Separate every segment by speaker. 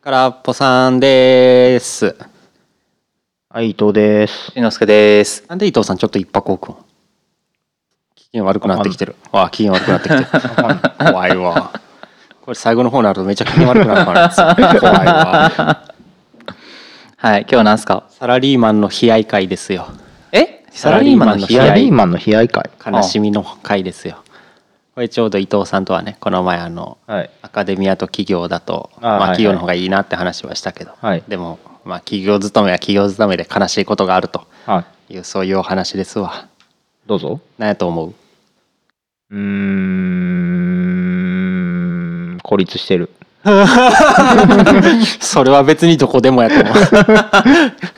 Speaker 1: 空っぽさんです。
Speaker 2: はい、伊藤です。
Speaker 3: しのすけです。
Speaker 1: なんで伊藤さんちょっと一泊置くの機嫌悪くなってきてる。わあ、機嫌悪くなってきてる。 怖いわ。これ最後の方になるとめちゃ機嫌悪くなるから。 怖いわ。
Speaker 3: はい、今日なんすか
Speaker 1: サラリーマンの悲哀会ですよ。
Speaker 3: え
Speaker 1: サ
Speaker 3: サ
Speaker 1: ラ
Speaker 3: ラ
Speaker 1: リ
Speaker 3: リ
Speaker 1: ー
Speaker 3: ー
Speaker 1: マ
Speaker 3: マ
Speaker 1: ン
Speaker 3: ン
Speaker 1: の
Speaker 3: の
Speaker 1: 悲
Speaker 3: 悲
Speaker 2: ラリ
Speaker 3: 哀
Speaker 2: ーマンの悲哀会。
Speaker 1: 悲しみの会ですよ。これちょうど伊藤さんとはね、この前あの、
Speaker 2: はい。
Speaker 1: アカデミアと企業だと、
Speaker 2: あー
Speaker 1: まあ
Speaker 2: はいはい
Speaker 1: 企業の方がいいなって話はしたけど、
Speaker 2: はい
Speaker 1: でも、まあ企業勤めは企業勤めで悲しいことがあると
Speaker 2: はい。
Speaker 1: いう、そういうお話ですわ。
Speaker 2: どうぞ。
Speaker 1: 何やと思う
Speaker 2: うーん、孤立してる。
Speaker 1: それは別にどこでもやと 思う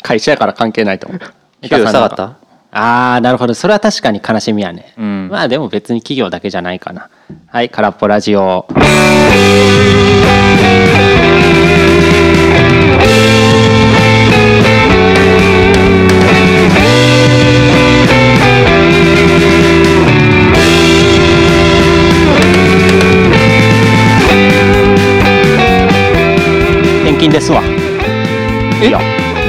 Speaker 1: 会社やから関係ないと思う
Speaker 3: 給料下がった
Speaker 1: ああなるほどそれは確かに悲しみやね、
Speaker 3: うん
Speaker 1: まあでも別に企業だけじゃないかなはい空っぽラジオ転勤ですわ
Speaker 3: え
Speaker 1: いや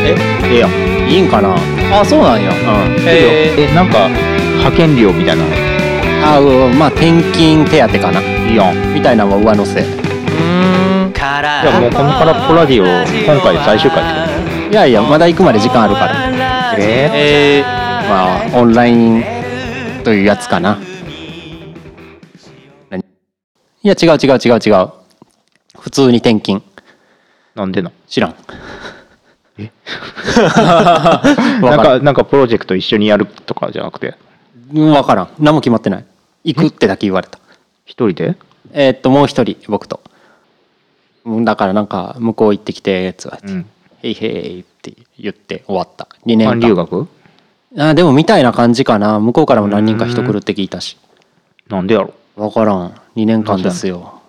Speaker 1: えええやんいいんかな
Speaker 3: あ、そうなんや。
Speaker 1: うん
Speaker 3: へー
Speaker 2: え、なんか、派遣料みたいなの。
Speaker 1: あうんまあ転勤手当かない
Speaker 2: いやん。
Speaker 1: みたいなのは上乗せ
Speaker 2: じゃあもうこの空っぽラジオ、今回最終回ってこ
Speaker 1: いやいやまだ行くまで時間あるから
Speaker 2: とえ
Speaker 3: え
Speaker 1: まあオンラインというやつかな何いや違う違う違う違う普通に転勤
Speaker 2: ー、なんでな
Speaker 1: 知らん
Speaker 2: な
Speaker 1: わから
Speaker 2: んか、なんかプロジェクト一緒にやるとかじゃなくて、
Speaker 1: うんわからん何も決まってない行くってだけ言われた
Speaker 2: 一人で
Speaker 1: えーっともう一人僕とうんだからなんか向こう行ってきてつって、
Speaker 2: うん
Speaker 1: へいへいって言って終わった2
Speaker 2: 一般
Speaker 1: 年
Speaker 2: 留
Speaker 1: 間
Speaker 2: 学
Speaker 1: あでもみたいな感じかな向こうからも何人か人来るって聞いたし
Speaker 2: なんでやろ
Speaker 1: 分からん2年間ですよ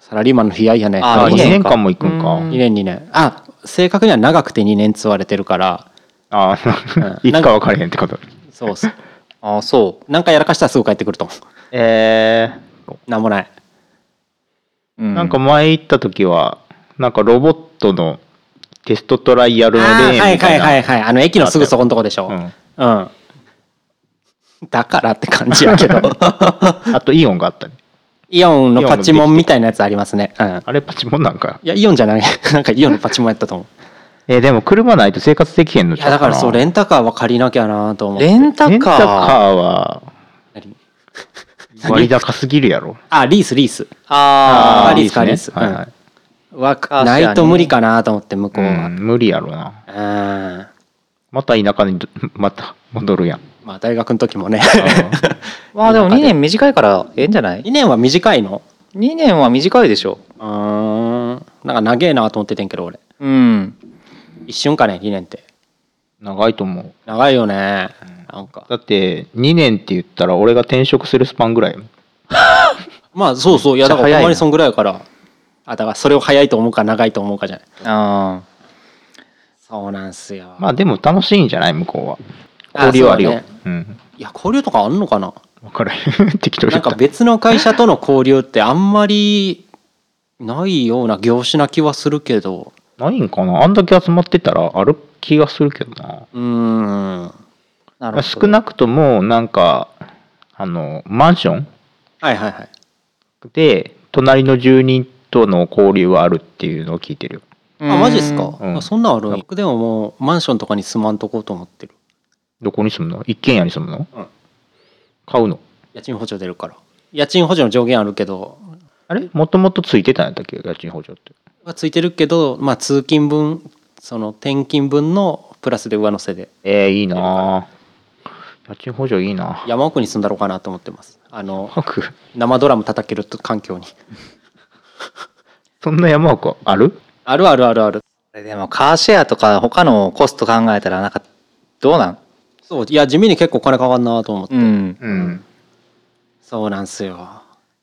Speaker 1: サラリーマンの悲哀やね
Speaker 3: あ
Speaker 2: あ、2
Speaker 3: 二
Speaker 2: 年
Speaker 3: 年間
Speaker 2: 間も行くん
Speaker 3: う
Speaker 2: か
Speaker 1: 2。年2年あ正確には長くて2年積われてるから
Speaker 2: あ
Speaker 1: うん
Speaker 2: ー、いつか分かれへんってこと。
Speaker 1: そうそう
Speaker 3: あ、そ。
Speaker 1: なんかやらかしたらすぐ帰ってくると思
Speaker 2: えー、
Speaker 1: うなんもないう
Speaker 3: う
Speaker 2: なんか、前行った時はなんかロボットのテストトライアルの
Speaker 1: あ
Speaker 2: レ
Speaker 1: ー
Speaker 2: ー
Speaker 1: は
Speaker 2: ン
Speaker 1: い
Speaker 2: み
Speaker 1: は
Speaker 2: た
Speaker 1: い
Speaker 2: い
Speaker 1: は
Speaker 2: ない
Speaker 1: はいあの駅のすぐそこのとこでしょうん、だからって感じやけど
Speaker 2: うんあとイオンがあったね
Speaker 1: イオンのパチモンみたいなやつありますねうん
Speaker 2: あれパチモンなんか
Speaker 1: いやイオンじゃない なんかイオンのパチモンやったと思う
Speaker 2: えーでも車ないと生活できへんの
Speaker 1: い
Speaker 2: ちゃ
Speaker 1: やだからそう
Speaker 2: レ
Speaker 1: レンタカーは借りなきゃなと思って
Speaker 3: レンタカー。
Speaker 2: ンタカーは
Speaker 1: 何
Speaker 2: 割高すぎるやろ
Speaker 1: あリースリース
Speaker 3: あ
Speaker 1: あ
Speaker 3: ー
Speaker 1: リースかリース
Speaker 2: はいはい
Speaker 1: わ
Speaker 3: かに
Speaker 1: ないと無理かなと思って向こ
Speaker 2: う
Speaker 1: うは、
Speaker 2: ん無理やろな
Speaker 1: うん
Speaker 2: また田舎にどまた戻 るやん
Speaker 1: まあ大学の時もね
Speaker 3: まあでも2年短いから、ええんじ ゃない
Speaker 1: 2年は短いの
Speaker 3: ?2 年は短いでしょ。
Speaker 1: うーんなんか長えなと思っててんけど俺
Speaker 3: うん。
Speaker 1: 一瞬かね2年って
Speaker 2: 長いと思う
Speaker 1: 長いよねなんか
Speaker 2: だって2年って言ったら俺が転職するスパンぐらいやもん
Speaker 1: まあそうそういやだか
Speaker 3: めっち
Speaker 1: らほ
Speaker 3: ゃ早いな
Speaker 1: んまにそんぐらいやからあだからそれを早いと思うか長いと思うかじゃない
Speaker 3: あ
Speaker 1: そうなんすよ、
Speaker 2: まあでも楽しいんじゃない向こうは
Speaker 1: あ
Speaker 2: 交流ある
Speaker 1: そ
Speaker 2: よ
Speaker 1: うだね
Speaker 2: うん
Speaker 1: いや交流とかあんのかな
Speaker 2: 分からへん 適当に
Speaker 1: なん
Speaker 2: 言っ
Speaker 1: か
Speaker 2: た
Speaker 1: 別の会社との交流ってあんまりないような業種な気はするけど
Speaker 2: ないんかなあんだけ集まってたらある気がするけどな
Speaker 1: うーん
Speaker 3: あ。なるほど。
Speaker 2: 少なくともなんかあのマンション
Speaker 1: はいはいはい。
Speaker 2: で隣の住人との交流はあるっていうのを聞いてるよ
Speaker 1: あ、マジっすか。
Speaker 2: うん
Speaker 1: あそんなんあるんや僕でももうマンションとかに住まんとこうと思ってる。
Speaker 2: どこに住むの一軒家に住むの、
Speaker 1: うん
Speaker 2: 買うの
Speaker 1: 家賃補助出るから。家賃補助の上限あるけど、
Speaker 2: あれもともとついてたんやったっけ家賃補助って
Speaker 1: はついてるけど、まあ通勤分、その転勤分のプラスで上乗せで。
Speaker 2: えー、いいなぁ家賃補助いいなぁ
Speaker 1: 山奥に住んだろうかなと思ってます。あの、
Speaker 2: 奥
Speaker 1: 生ドラム叩けると環境に。
Speaker 2: そんな山奥ある
Speaker 1: あるあるあるある。
Speaker 3: これでもカーシェアとか他のコスト考えたら、なんか、どうなん
Speaker 1: そう、いや、地味に結構金かかんなと思って。
Speaker 3: うん。
Speaker 2: うん
Speaker 1: そうなんすよ。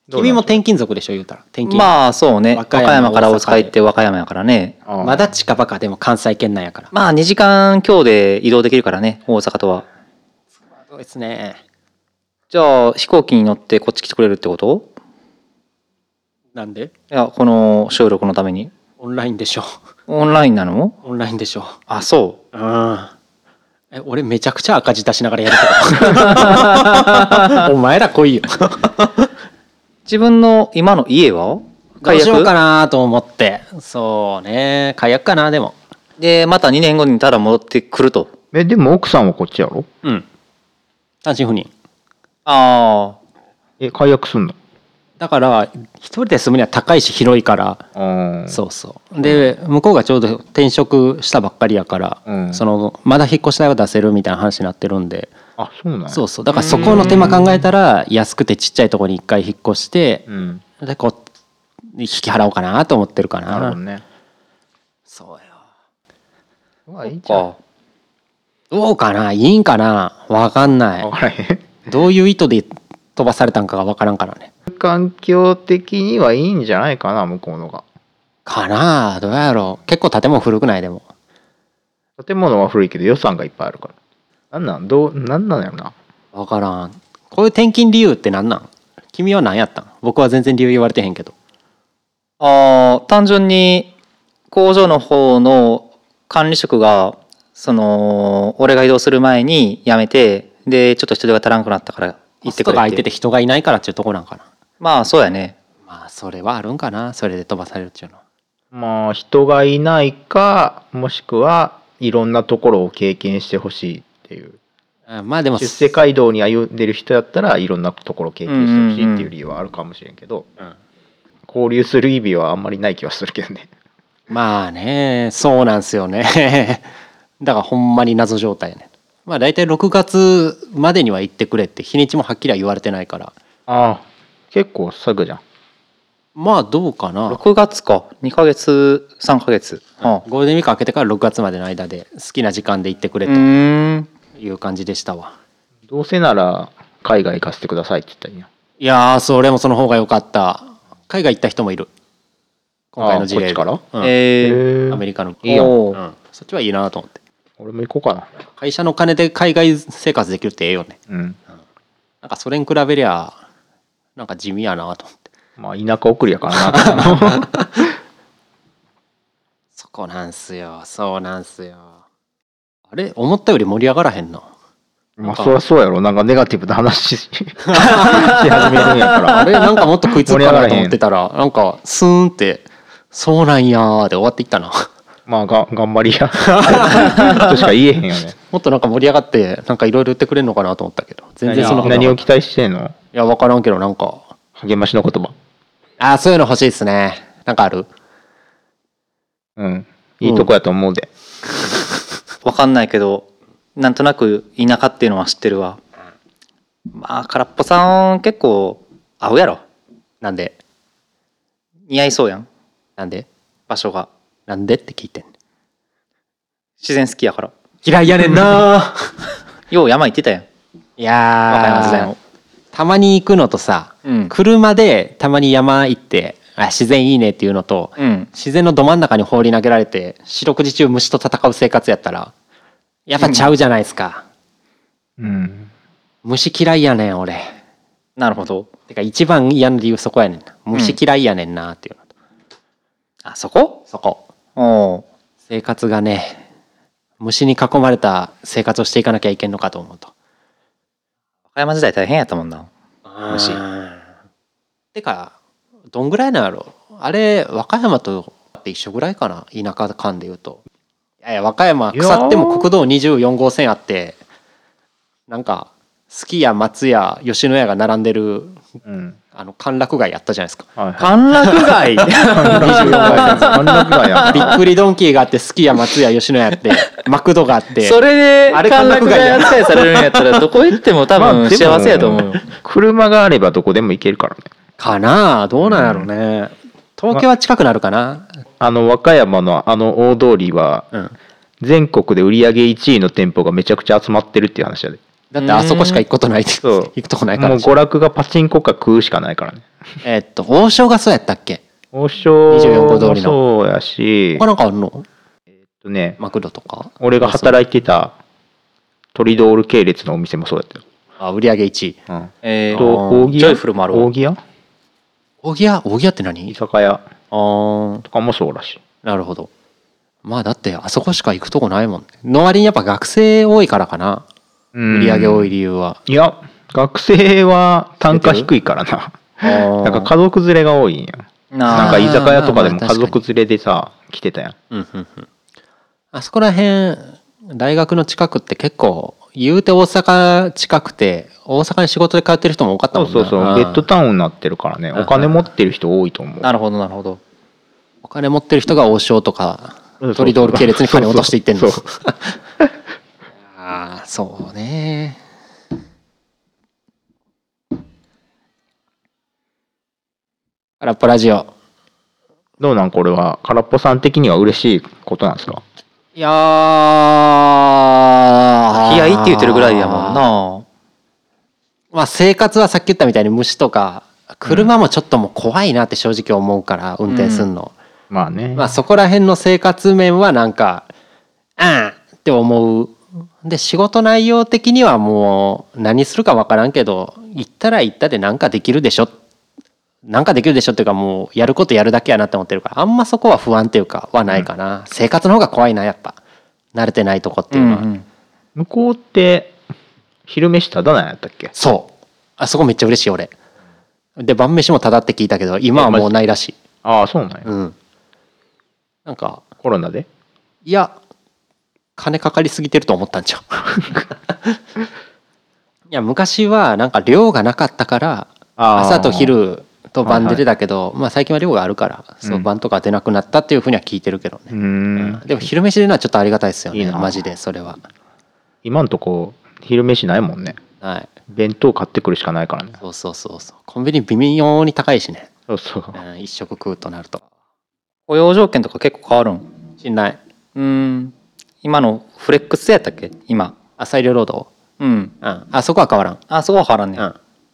Speaker 2: どうなん
Speaker 1: 君も転勤族でしょ、言うたら。転勤。
Speaker 3: まあそうね。
Speaker 1: 和
Speaker 3: 和
Speaker 1: 歌
Speaker 3: 歌
Speaker 1: 山
Speaker 3: 山から大阪行って和歌山やからね。
Speaker 2: あ
Speaker 1: まだ近場か、でも関西圏内やから。
Speaker 3: まあ2時間強で移動できるからね、大阪とは。
Speaker 1: そうですね。
Speaker 3: じゃあ飛行機に乗ってこっち来てくれるってこと
Speaker 1: なんで
Speaker 3: いやこの収録のために
Speaker 1: オンラインでしょ
Speaker 3: オンラインなの
Speaker 1: オンラインでしょ
Speaker 3: あそ
Speaker 1: うんえ俺めちゃくちゃ赤字出しながらやるけ どお前ら来いよ
Speaker 3: う自分の今の家は
Speaker 1: どうしようかなと思ってそうね解約かなでも
Speaker 3: でまた2年後にただ戻ってくると
Speaker 2: えでも奥さんはこっちやろ
Speaker 1: うん単身赴任
Speaker 3: ああ
Speaker 2: え解約すんの
Speaker 1: だから一人で住むには高いし広いから
Speaker 2: ああ
Speaker 1: そうそうで向こうがちょうど転職したばっかりやから、
Speaker 2: うん
Speaker 1: そのまだ引っ越し代は出せるみたいな話になってるんで、
Speaker 2: あそうなんや
Speaker 1: そうそうだからそこの手間考えたら安くてちっちゃいところに一回引っ越して、
Speaker 2: うん
Speaker 1: でこう引き払おうかなと思ってるかな
Speaker 2: なるほどね
Speaker 1: そうよ
Speaker 2: うわいいじゃん
Speaker 3: か
Speaker 1: どうかないいんかなわかんな
Speaker 2: 分からへん
Speaker 1: いどういう意図で飛ばされたんかがわからんからね
Speaker 2: 環境的にはいいんじゃないかな向こうのが
Speaker 1: かなどうやろう結構建物古くないでも
Speaker 2: 建物は古いけど予算がいっぱいあるからなんなんどうなんなんやろな
Speaker 1: わからんこういう転勤理由ってなんなん君は何やったん僕は全然理由言われてへんけど
Speaker 3: あー単純に工場の方の管理職がその俺が移動する前に辞めてでちょっと人手が足らんくなったから行
Speaker 1: 行
Speaker 3: っ
Speaker 1: ってて
Speaker 3: く
Speaker 1: が
Speaker 3: れ
Speaker 1: 空い
Speaker 3: って
Speaker 1: てて人がいないからっていうとこなんかな
Speaker 3: まあそうやね
Speaker 1: まあそれはあるんかなそれで飛ばされるっていうのは
Speaker 2: まあ人がいないかもしくはいろんなところを経験してほしいっていう
Speaker 1: あまあでも
Speaker 2: 出世街道に歩んでる人やったらいろんなところを経験してほしいっていう理由はあるかもしれんけど、
Speaker 1: うん
Speaker 2: 交流する意味はあんまりない気はするけどね
Speaker 1: まあねそうなんすよね だからほんまに謎状態やねまあ大体6月までには行ってくれって日にちもはっきりは言われてないから
Speaker 2: ああ結構サグじゃん
Speaker 1: まあどうかな
Speaker 3: 6月か2ヶ月3ヶ月あ
Speaker 1: ゴールデンウィーク明けてから6月までの間で好きな時間で行ってくれ
Speaker 3: う
Speaker 1: と
Speaker 3: ーん
Speaker 1: いう感じでしたわ
Speaker 2: どうせなら海外行かせてくださいって言ったらいいやん
Speaker 1: いやーそれもその方が良かった海外行った人もいる今回の事例で
Speaker 2: あーこっち
Speaker 1: うん
Speaker 3: えー
Speaker 2: へえ
Speaker 1: アメリカの
Speaker 2: いいやん
Speaker 1: おーうんそっちはいいなと思って
Speaker 2: 俺も行こうか
Speaker 1: 会社の金で海外生活できるってええよね
Speaker 2: なうん
Speaker 1: なんかそれに比べりゃなんか地味やなと思って
Speaker 2: まあ田舎送りやからな
Speaker 1: そこなんすよそうなんすよあれ思ったより盛り上がらへんな
Speaker 2: まあそりゃそうやろなんかネガティブな話しし始めるんや か
Speaker 1: あ
Speaker 2: ら
Speaker 1: れなんかもっと食いつくかなと
Speaker 2: 盛り上がらへん
Speaker 1: 思ってたらなんかスーンって「そうなんや」で終わっていったな
Speaker 2: まあが頑張りやとしか言えへんよね
Speaker 1: もっとなんか盛り上がってなんかいろいろ言ってくれるのかなと思ったけど全然そんなことない
Speaker 2: 何を期待してんの
Speaker 1: いや分からんけどなんか
Speaker 2: 励ましの言葉
Speaker 1: ああそういうの欲しいっすねなんかある
Speaker 2: うんいいとこやと思うで、
Speaker 3: わかんないけどなんとなく田舎っていうのは知ってるわまあ空っぽさん結構合うやろ
Speaker 1: なんで
Speaker 3: 似合いそうやん
Speaker 1: なんで
Speaker 3: 場所が
Speaker 1: なんでって聞いてんの
Speaker 3: 自然好きやから
Speaker 1: 嫌いやねんな
Speaker 3: よう山行ってたやん
Speaker 1: い
Speaker 3: 和歌山時代
Speaker 1: やー
Speaker 3: の
Speaker 1: たまに行くのとさ
Speaker 3: うん
Speaker 1: 車でたまに山行ってあ自然いいねっていうのと
Speaker 3: うん
Speaker 1: 自然のど真ん中に放り投げられて四六時中虫と戦う生活やったらやっぱちゃうじゃないですか、
Speaker 2: うん、
Speaker 1: 虫嫌いやねん俺
Speaker 3: なるほど
Speaker 1: てか一番嫌な理由そこやねんな虫嫌いやねんなっていうのと、
Speaker 3: あそこ
Speaker 1: そこ
Speaker 3: おお
Speaker 1: 生活がね虫に囲まれた生活をしていかなきゃいけんのかと思うと
Speaker 3: 和歌山時代大変やったもんな
Speaker 1: 虫てかどんぐらいなんやろあれ和歌山とって一緒ぐらいかな田舎間でいうといやいや和歌山
Speaker 2: いやー
Speaker 1: 腐っても国道24号線あってなんかすき家松屋吉野家が並んでる
Speaker 2: うん、
Speaker 1: あの歓楽街あったじゃない ですか
Speaker 2: はいはい
Speaker 3: 歓楽街
Speaker 2: 24回戦真ん中がやん
Speaker 1: びっくりドンキーがあってすき家松屋吉野家あってマクドがあ って
Speaker 3: それで
Speaker 1: あれ
Speaker 3: 歓
Speaker 1: 歓
Speaker 3: 楽
Speaker 1: 楽街
Speaker 3: 街
Speaker 1: や
Speaker 3: 扱いされるんや ったらどこ行っても多
Speaker 2: まあで
Speaker 3: 分
Speaker 2: も
Speaker 3: 幸せやと思うよ
Speaker 2: 車があればどこでも行けるからね
Speaker 1: かなあどうなんやろうね東京は近くなるかな
Speaker 2: あの和歌山のあの大通りは
Speaker 1: うん
Speaker 2: 全国で売り上げ1位の店舗がめちゃくちゃ集まってるっていう話やで
Speaker 1: だってあそこしか行くことないで
Speaker 2: そう
Speaker 1: 行くとこないか
Speaker 2: もう
Speaker 1: ら
Speaker 2: 娯楽がパチンコか食うしかないからね
Speaker 1: えっと王将がそうやったっけ
Speaker 2: 王将
Speaker 1: 24
Speaker 2: も
Speaker 1: 号通りの
Speaker 2: そうやし
Speaker 1: 他なんかあるの
Speaker 2: とね
Speaker 1: マクドとか
Speaker 2: 俺が働いてたトリドール系列のお店もそうやったよ
Speaker 1: あ売り上げ1位
Speaker 2: うん
Speaker 3: えー
Speaker 2: と
Speaker 1: あ
Speaker 2: 扇
Speaker 3: ジョイ
Speaker 2: 屋
Speaker 3: フルもあるわ
Speaker 2: 扇屋
Speaker 1: おぎやおぎやって何
Speaker 2: 居酒屋
Speaker 1: あー
Speaker 2: とかもそうらしい
Speaker 1: なるほどまあだってあそこしか行くとこないもんねの割にやっぱ学生多いからかな売り上げ多い
Speaker 2: い
Speaker 1: 理由は、
Speaker 2: いや学生は単価低いからな
Speaker 1: あ
Speaker 2: なんか
Speaker 1: ー
Speaker 2: 家族連れが多いんや
Speaker 1: あー
Speaker 2: なんか居酒屋とかでも
Speaker 1: まあ確
Speaker 2: 家
Speaker 1: かに
Speaker 2: 族連れでさ来てたやん
Speaker 1: うんうんうんあそこら辺大学の近くって結構言うて大阪近くて大阪に仕事で通ってる人も多かった
Speaker 2: そ
Speaker 1: も
Speaker 2: うん
Speaker 1: な
Speaker 2: そうそう
Speaker 1: あ
Speaker 2: ベ
Speaker 1: ー
Speaker 2: ッドタウンになってるからねお金持ってる人多いと思う
Speaker 3: なるほどなるほど
Speaker 1: お金持ってる人が王将とか
Speaker 2: うん
Speaker 1: トリドール系列に金落としていってんの
Speaker 2: そうそう
Speaker 1: ああそうね空っぽラジオ
Speaker 2: どうなんこれは空っぽさん的には嬉しいことなんですか
Speaker 1: いやー
Speaker 3: 気合いって言ってるぐらいやもんな
Speaker 1: まあ生活はさっき言ったみたいに虫とか車もちょっともう怖いなって正直思うから運転すんの、
Speaker 2: まあね
Speaker 1: まあそこら辺の生活面はなんかああって思うで仕事内容的にはもう何するか分からんけど行ったら行ったでなんかできるでしょなんかできるでしょっていうかもうやることやるだけやなって思ってるからあんまそこは不安っていうかはないかな、生活の方が怖いなやっぱ慣れてないとこっていうのは、
Speaker 3: うんうん
Speaker 2: 向こうって昼飯ただなんやったっけ
Speaker 1: そうあそこめっちゃ嬉しい俺で晩飯もただって聞いたけど今はもうないらしい
Speaker 2: ああそうなんや、
Speaker 1: うんなんか
Speaker 2: コロナで
Speaker 1: いや金かかりすぎてると思ったんちゃ ういや昔はなんか量がなかったから
Speaker 2: あー
Speaker 1: 朝と昼と晩出てたけど、まあ最近は量があるから、そう
Speaker 2: うん
Speaker 1: 晩とか出なくなったっていうふうには聞いてるけどね
Speaker 2: う、ん
Speaker 1: でも昼飯出るのはちょっとありがたいですよね
Speaker 2: いいな
Speaker 1: マジでそれは
Speaker 2: 今んとこ昼飯ないもんね
Speaker 1: はい
Speaker 2: 弁当買ってくるしかないからね
Speaker 1: そうそうそうそうコンビニ微妙に高いしね、
Speaker 2: そうそう
Speaker 1: うん、一食食うとなると
Speaker 3: 雇用条件とか結構変わるん
Speaker 1: しんない
Speaker 3: うん今のフレックスやったっけ今
Speaker 1: あ裁量労働
Speaker 3: うん
Speaker 1: うんあそこは変わらん
Speaker 3: あそこは変わらんね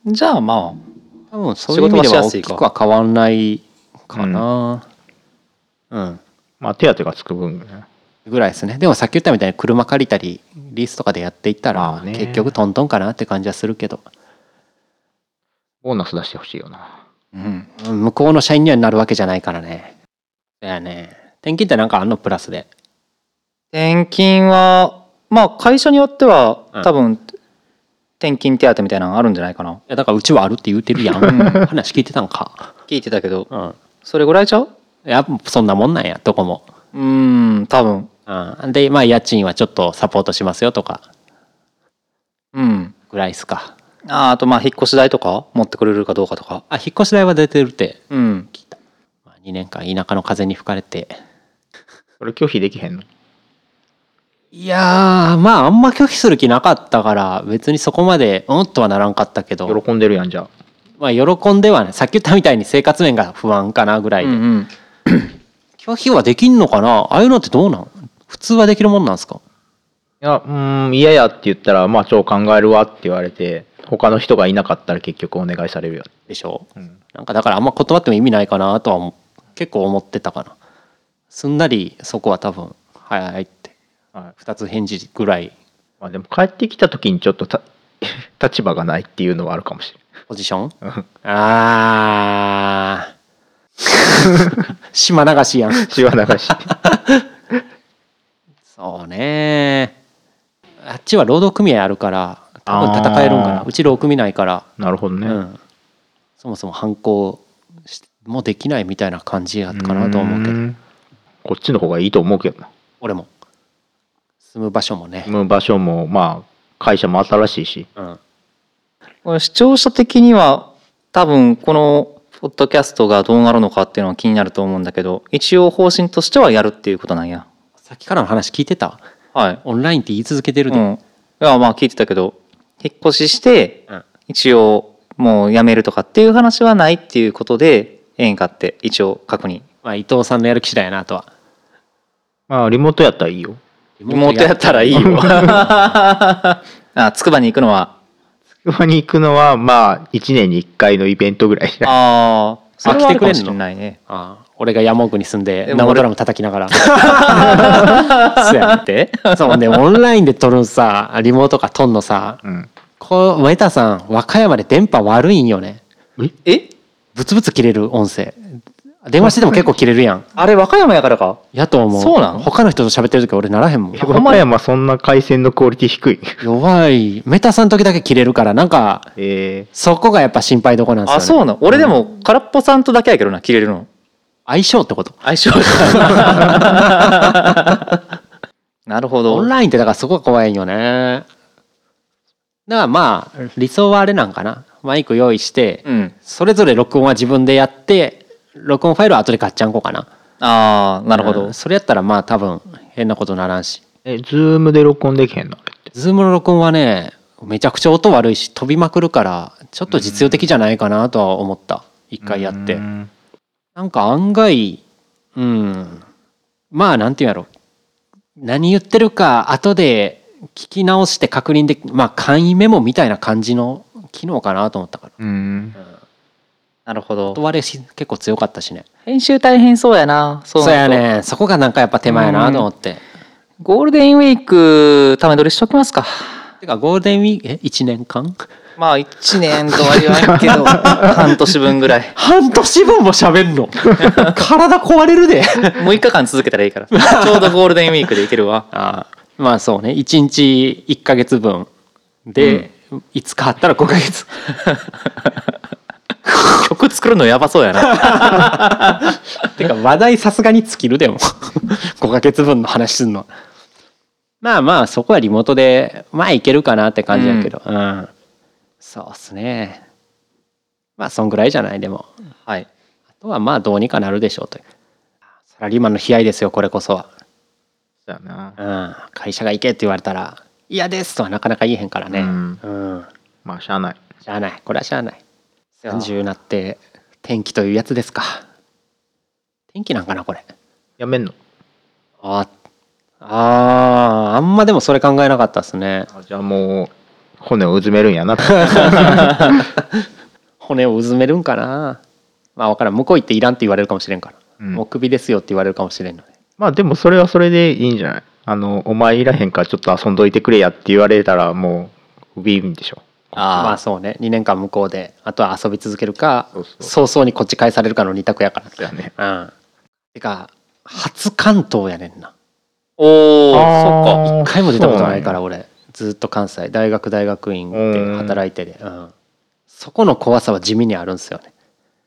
Speaker 1: うん
Speaker 3: じゃあま
Speaker 1: 多分そういう意味で
Speaker 3: 仕事はし
Speaker 1: は
Speaker 3: や
Speaker 1: 大
Speaker 3: すい
Speaker 1: き
Speaker 3: か
Speaker 1: くは変わんないかなうん
Speaker 2: まあ手当がつく分ね
Speaker 1: ぐらいですねでもさっき言ったみたいに車借りたりリスとかでやっていった
Speaker 2: ま
Speaker 1: ら
Speaker 2: あね
Speaker 1: 結局トントンかなって感じはするけど
Speaker 2: ボーナス出してほしいよな
Speaker 3: あうん
Speaker 1: うん向こうの社員にはなるわけじゃないからねだよね転勤ってなんかあんのプラスで
Speaker 3: 転勤はまあ会社によっては
Speaker 1: うん
Speaker 3: 多分転勤手当みたいなのあるんじゃないかない
Speaker 1: やだからうちはあるって言うてるやん話聞いてたんか
Speaker 3: 聞いてたけど
Speaker 1: うん
Speaker 3: それぐらいちゃう
Speaker 1: やっぱそんなもんなんやどこも
Speaker 3: うん多分
Speaker 1: うんでまあ家賃はちょっとサポートしますよとか
Speaker 3: うん
Speaker 1: ぐらいっすか
Speaker 3: ああとまあ引っ越し代とか持ってくれるかどうかとか
Speaker 1: あ引っ越し代は出てるって
Speaker 3: うん
Speaker 1: まあ2年間田舎の風に吹かれて
Speaker 2: それ拒否できへんの
Speaker 1: いやーまああんま拒否する気なかったから別にそこまでうんとはならんかったけど
Speaker 2: 喜んでるやんじゃあ
Speaker 1: まあ喜んではねさっき言ったみたいに生活面が不安かなぐらいで、
Speaker 3: うんうん
Speaker 1: 拒否はできんのかなああいうのってどうなん普通はできるもんなんですか
Speaker 2: いやうーん嫌やって言ったらまあ超考えるわって言われて他の人がいなかったら結局お願いされるよね
Speaker 1: でしょ
Speaker 2: うん
Speaker 1: なんかだからあんま断っても意味ないかなとは思う結構思ってたかなすんなりそこは多分「はいはい」って
Speaker 2: はい
Speaker 1: 2つ返事ぐらい
Speaker 2: まあ、でも帰ってきた時にちょっとた 立場がないっていうのはあるかもし
Speaker 1: ポジション
Speaker 2: れない
Speaker 1: あー 島流しやん
Speaker 2: 血は流 し
Speaker 1: そうねあっちは労働組合あるから多分戦えるんか
Speaker 2: あ
Speaker 1: な
Speaker 2: ー
Speaker 1: うち労組ないから、
Speaker 2: なるほどね、
Speaker 1: うん、そもそも反抗しもできないみたいな感じやったかなと思うけど
Speaker 2: んこっちの方がいいと思うけどな
Speaker 1: 俺も住む場所もね、
Speaker 2: 住む場所もまあ会社も新しいし
Speaker 1: うん、
Speaker 3: これ視聴者的には多分このポッドキャストがどうなるのかっていうのは気になると思うんだけど一応方針としてはやるっていうことなんや
Speaker 1: さっきからの話聞いてた
Speaker 3: はい、
Speaker 1: オンラインって言い続けてる
Speaker 3: う
Speaker 1: で、
Speaker 3: ん、いやまあ聞いてたけど引っ越しして
Speaker 1: うん
Speaker 3: 一応もう辞めるとかっていう話はないっていうことでええんかって一応確認
Speaker 1: まあ、伊藤さんのやる気次第やなあとは
Speaker 2: まあリモートやったらいいよ
Speaker 3: 妹やったらいいよ あつくばに行くのは
Speaker 2: 筑波に行くのはまあ1年に1回のイベントぐらいじゃん
Speaker 3: ああそれはあるかも
Speaker 1: 来
Speaker 3: し
Speaker 1: てくれんの
Speaker 3: れないね
Speaker 1: ああ俺が山奥に住んで
Speaker 3: でも俺
Speaker 1: 生ドラム叩きながら そうやってそうねオンラインで撮るさリモートか撮んのさ
Speaker 2: うん
Speaker 1: こうメタさん和歌山で電波悪いんよね
Speaker 2: え
Speaker 3: え
Speaker 1: ブツブツ切れる音声電話してても結構切れるやん
Speaker 3: あれ和歌山やからか
Speaker 1: やと思う
Speaker 3: そうなん
Speaker 1: 他の人と喋ってる時俺ならへんもん
Speaker 2: え和歌山そんな回線のクオリティ低い
Speaker 1: 弱いメタさんの時だけ切れるからなんか
Speaker 2: え
Speaker 1: そこがやっぱ心配どこなんですよ、ね、
Speaker 3: あそうなん俺でも空っぽさんとだけやけどな切れるの
Speaker 1: 相性ってこと
Speaker 3: 相性 なるほ
Speaker 1: オン
Speaker 3: ど
Speaker 1: ラインってだからそこが怖いんよねだからまあ理想はあれなんかなマイク用意して、
Speaker 3: うん
Speaker 1: それぞれ録音は自分でやって録音ファイルは後で買っちゃんこうかな
Speaker 3: ああなるほど、
Speaker 1: うんそれやったらまあ多分変なことならんし
Speaker 2: ー、えズームで録音できへんのあれって
Speaker 1: ズームの録音はねめちゃくちゃ音悪いし飛びまくるからちょっと実用的じゃないかなとは思った一回やって
Speaker 2: うん
Speaker 1: なんか案外うんまあなんていうんやろ何言ってるか後で聞き直して確認できまあ簡易メモみたいな感じの機能かなと思ったから
Speaker 2: うん
Speaker 3: なるほど
Speaker 1: 音割れし結構強かったしね
Speaker 3: 編集大変そうやな
Speaker 1: そ
Speaker 3: そ
Speaker 1: うう
Speaker 3: な
Speaker 1: や
Speaker 3: ると
Speaker 1: ねそこがなんかやっぱ手前やなと思って
Speaker 3: ゴールデンウィークため撮りしときますか
Speaker 1: てかゴールデンウィークえ1年間
Speaker 3: まあ1年とは言わんけど 半年分ぐらい
Speaker 1: 半年分も喋んの 体壊れるで
Speaker 3: 6日間続けたらいい からちょうどゴールデンウィークでいけるわ
Speaker 1: ああまあそうね1日1ヶ月分で、5日あったら5ヶ月
Speaker 3: 曲作るのやばそうやな
Speaker 1: てか話題さすがに尽きるでも 5ヶ月分の話すんのまあまあそこはリモートでまあいけるかなって感じやけどうん、そうっすねまあそんぐらいじゃないでも
Speaker 3: はい
Speaker 1: あとはまあどうにかなるでしょうというサラリーマンの悲哀ですよこれこそは、
Speaker 2: そうやな
Speaker 1: うん、会社が行けって言われたら嫌ですとはなかなか言えへんからね
Speaker 2: うん
Speaker 1: うん、
Speaker 2: まあしゃあない
Speaker 1: しゃあないこれはしゃあない
Speaker 3: や
Speaker 1: 30になって天気というやつですか天気なんかなこれ
Speaker 2: やめんの
Speaker 1: ああーあんまでもそれ考えなかったですね
Speaker 2: あじゃあもう骨をうずめるんやな
Speaker 1: 骨をうずめるんかなまあ分からん向こう行っていらんって言われるかもしれんから、
Speaker 2: うん
Speaker 1: もうクビですよって言われるかもしれんので
Speaker 2: まあでもそれはそれでいいんじゃないあのお前いらへんからちょっと遊んどいてくれやって言われたらもうウィーンでしょ
Speaker 1: ま
Speaker 3: あ
Speaker 1: あそうね2年間向こうであとは遊び続けるか
Speaker 2: そうそう
Speaker 1: 早々にこっち返されるかの2択やから
Speaker 2: そうやね
Speaker 1: うんてか初関東やねんな
Speaker 3: おおそっか
Speaker 1: 一回も出たことないから俺ずっと関西大学大学院で働いてで、うん、そこの怖さは地味にあるんですよね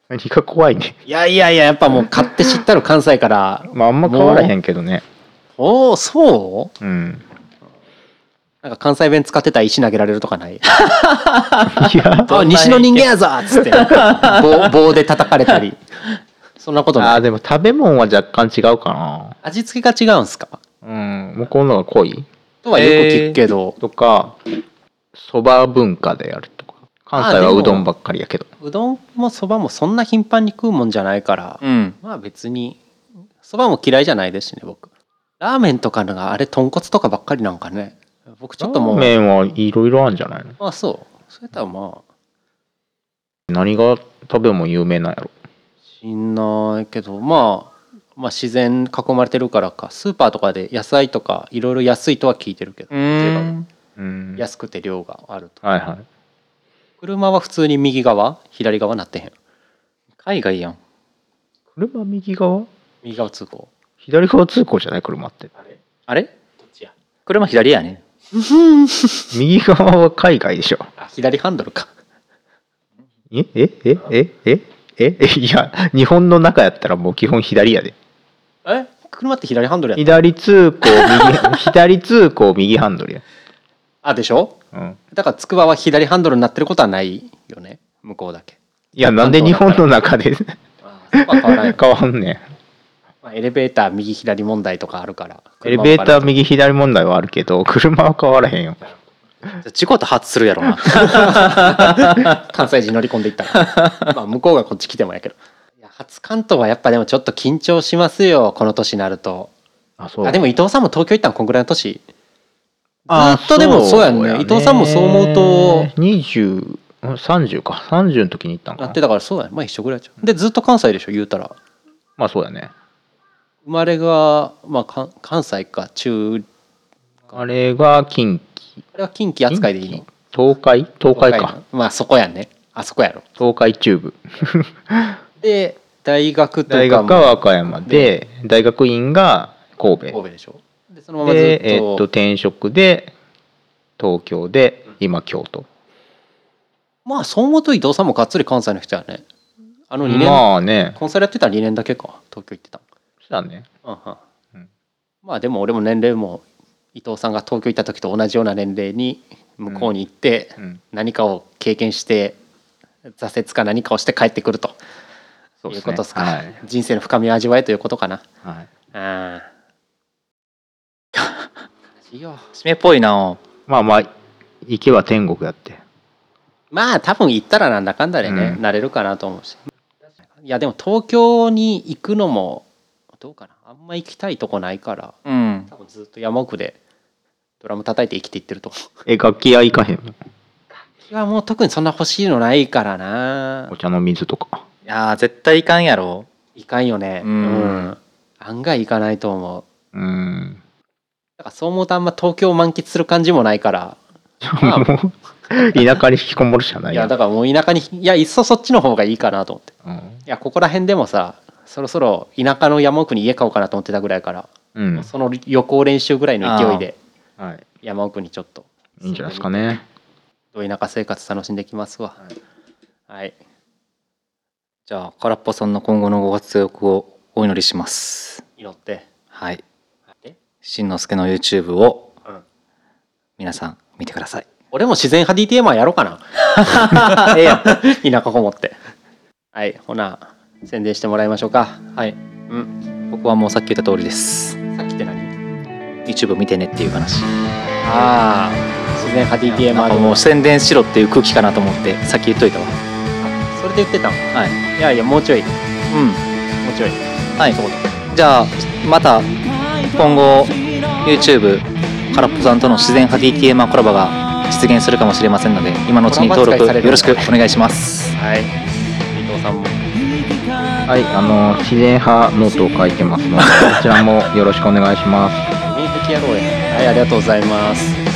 Speaker 2: 何が怖いね
Speaker 1: いやいやいややっぱもう買って知ったる関西から
Speaker 2: まああんま変わらへんけどね
Speaker 1: おおそう
Speaker 2: うん
Speaker 1: なんか関西弁使ってたら石投げられるとかない
Speaker 2: いや
Speaker 1: あ西の人間やぞっつ って棒棒で叩かれたり そんなこと
Speaker 2: あ
Speaker 1: な
Speaker 2: ー
Speaker 1: い
Speaker 2: でも食べ物は若干違うか
Speaker 1: 味付けが違うんすか
Speaker 2: なうん向こうのが濃い
Speaker 1: とはよく聞くけど、
Speaker 2: とかそば文化であるとか関西
Speaker 1: あー
Speaker 2: は
Speaker 1: でも
Speaker 2: うどんばっかりやけど
Speaker 1: うどんもそばもそんな頻繁に食うもんじゃないから、
Speaker 3: うん
Speaker 1: まあ別にそばも嫌いじゃないですしね僕ラーメンとかのがあれ豚骨とかばっかりなんかね僕ちょっともう
Speaker 2: ラーメンはいろいろあるんじゃないの
Speaker 1: まあそうそれとはまあ
Speaker 2: 何が食べ物有名なんやろ
Speaker 1: しんないけど、まあ、まあ自然囲まれてるからかスーパーとかで野菜とかいろいろ安いとは聞いてるけど
Speaker 3: うーん
Speaker 2: うん
Speaker 1: 安くて量があると
Speaker 2: はいはい
Speaker 1: 車は普通に右側左側なってへん
Speaker 3: 海外やん
Speaker 2: 車右側
Speaker 1: 右側通行
Speaker 2: 左側通行じゃない車って
Speaker 3: あれ車左やね
Speaker 2: 右側は海外でしょ
Speaker 1: あ左ハンドルか
Speaker 2: えええええええいや日本の中やったらもう基本左やで
Speaker 1: え車って左ハンドルやった
Speaker 2: 左通行右 左通行右ハンドルや、
Speaker 1: あでしょ
Speaker 2: うん、
Speaker 1: だからつくばは左ハンドルになってることはないよね向こうだけ
Speaker 2: いやなんで日本の中で
Speaker 1: あそこは変わらない
Speaker 2: 変わんね
Speaker 1: まあエレベーター右左問題とかあるから
Speaker 2: んエレベーター
Speaker 1: 車も
Speaker 2: 右左問題はあるけど 車は変わらへんよ
Speaker 3: 事故多発するやろな
Speaker 1: 関西人乗り込んでいったらまあ向こうがこっち来てもやけどいや初関東はやっぱでもちょっと緊張しますよこの年になると
Speaker 2: あそ
Speaker 1: あでも伊藤さんも東京行ったのこんぐらいの年
Speaker 2: あ
Speaker 1: ずっとでもそうやんね伊藤さんもそう思うと
Speaker 2: 20うん30か30の時に行ったん
Speaker 1: な
Speaker 2: か
Speaker 1: っ
Speaker 2: な
Speaker 1: てだからそうやねまあ一緒ぐらいじゃんでずっと関西でしょ言うたら
Speaker 2: まあそうだね
Speaker 1: 生まれがまあかん関西か中
Speaker 2: あれが近畿
Speaker 1: あれは近畿扱いでいいの
Speaker 2: 東海東海か
Speaker 1: なまあそこやねあそこやろ
Speaker 2: 東海中部
Speaker 1: で大学とかも
Speaker 2: 大学が和歌山で大学院が神戸
Speaker 1: 神戸でしょでそのままずっと,、
Speaker 2: で、えっと転職で東京で今京都
Speaker 1: まあそう思うと伊藤さんもがっつり関西の人やねあの2年、
Speaker 2: まあね
Speaker 1: コンサルやってた2年だけか東京行ってた
Speaker 2: そうだね
Speaker 1: うん
Speaker 2: うん
Speaker 1: まあでも俺も年齢も伊藤さんが東京行った時と同じような年齢に向こうに行って
Speaker 2: うん
Speaker 1: 何かを経験して挫折か何かをして帰ってくると
Speaker 2: そう
Speaker 1: い
Speaker 2: で
Speaker 1: う
Speaker 2: すね
Speaker 1: ことですか
Speaker 2: はい、
Speaker 1: 人生の深みを味わえということかな
Speaker 2: はい、
Speaker 1: ああいいよ
Speaker 3: 締めっぽいな
Speaker 2: まあまあ行けば天国やって
Speaker 1: まあ多分行ったらなんだかんだでね、
Speaker 2: うん
Speaker 1: なれるかなと思うしいやでも東京に行くのもどうかなあんま行きたいとこないから
Speaker 3: うん
Speaker 1: 多分ずっと山奥でドラム叩いて生きていってると思う
Speaker 2: え楽器屋行かへんの
Speaker 1: いやもう特にそんな欲しいのないからな
Speaker 2: お茶の水とか
Speaker 3: いやー絶対いかんやろ
Speaker 1: いかんよね
Speaker 3: うん
Speaker 1: 案外いかないと思う
Speaker 2: うん
Speaker 1: だからそう思うとあんま東京を満喫する感じもないからまあ
Speaker 2: もう田舎に引きこもるしかない
Speaker 1: い
Speaker 2: や
Speaker 1: や
Speaker 2: ん
Speaker 1: だからもう田舎にいやいっそそっちの方がいいかなと思っていやここら辺でもさそろそろ田舎の山奥に家買おうかなと思ってたぐらいから
Speaker 2: うん、うん
Speaker 1: その予行練習ぐらいの勢いで
Speaker 2: はい、
Speaker 1: 山奥にちょっと
Speaker 2: いいんじゃないですかね
Speaker 1: ど田舎生活楽しんできますわはい
Speaker 3: じゃあ空っぽさんの今後のご活躍をお祈りします
Speaker 1: 祈って
Speaker 3: はい
Speaker 1: え
Speaker 3: しんのすけの YouTube を
Speaker 1: うん
Speaker 3: 皆さん見てください
Speaker 1: 俺も自然派 DTMR やろうかな
Speaker 3: ええやん
Speaker 1: 田舎こもってはいほな宣伝してもらいましょうか
Speaker 3: はい
Speaker 1: うん
Speaker 3: 僕はもうさっき言った通りです
Speaker 1: さっきって何
Speaker 3: YouTube 見てねっていう話
Speaker 1: ああ自然派
Speaker 3: なんか
Speaker 1: DTMR
Speaker 3: もう宣伝しろっていう空気かなと思って先言っといたわ
Speaker 1: それで言ってたの
Speaker 3: はい
Speaker 1: いやいやもうちょいも
Speaker 3: う
Speaker 1: うちょい
Speaker 3: んはいじゃあまた今後 YouTube 空っぽさんとの自然派 DTMR コラボが実現するかもしれませんので今のうちに登録よろしくお願いします
Speaker 1: はい伊藤さんも
Speaker 2: はいあの自然派ノートを書 いてますのでこちらもよろしくお願いします
Speaker 1: 免疫やろうやはいありがとうございます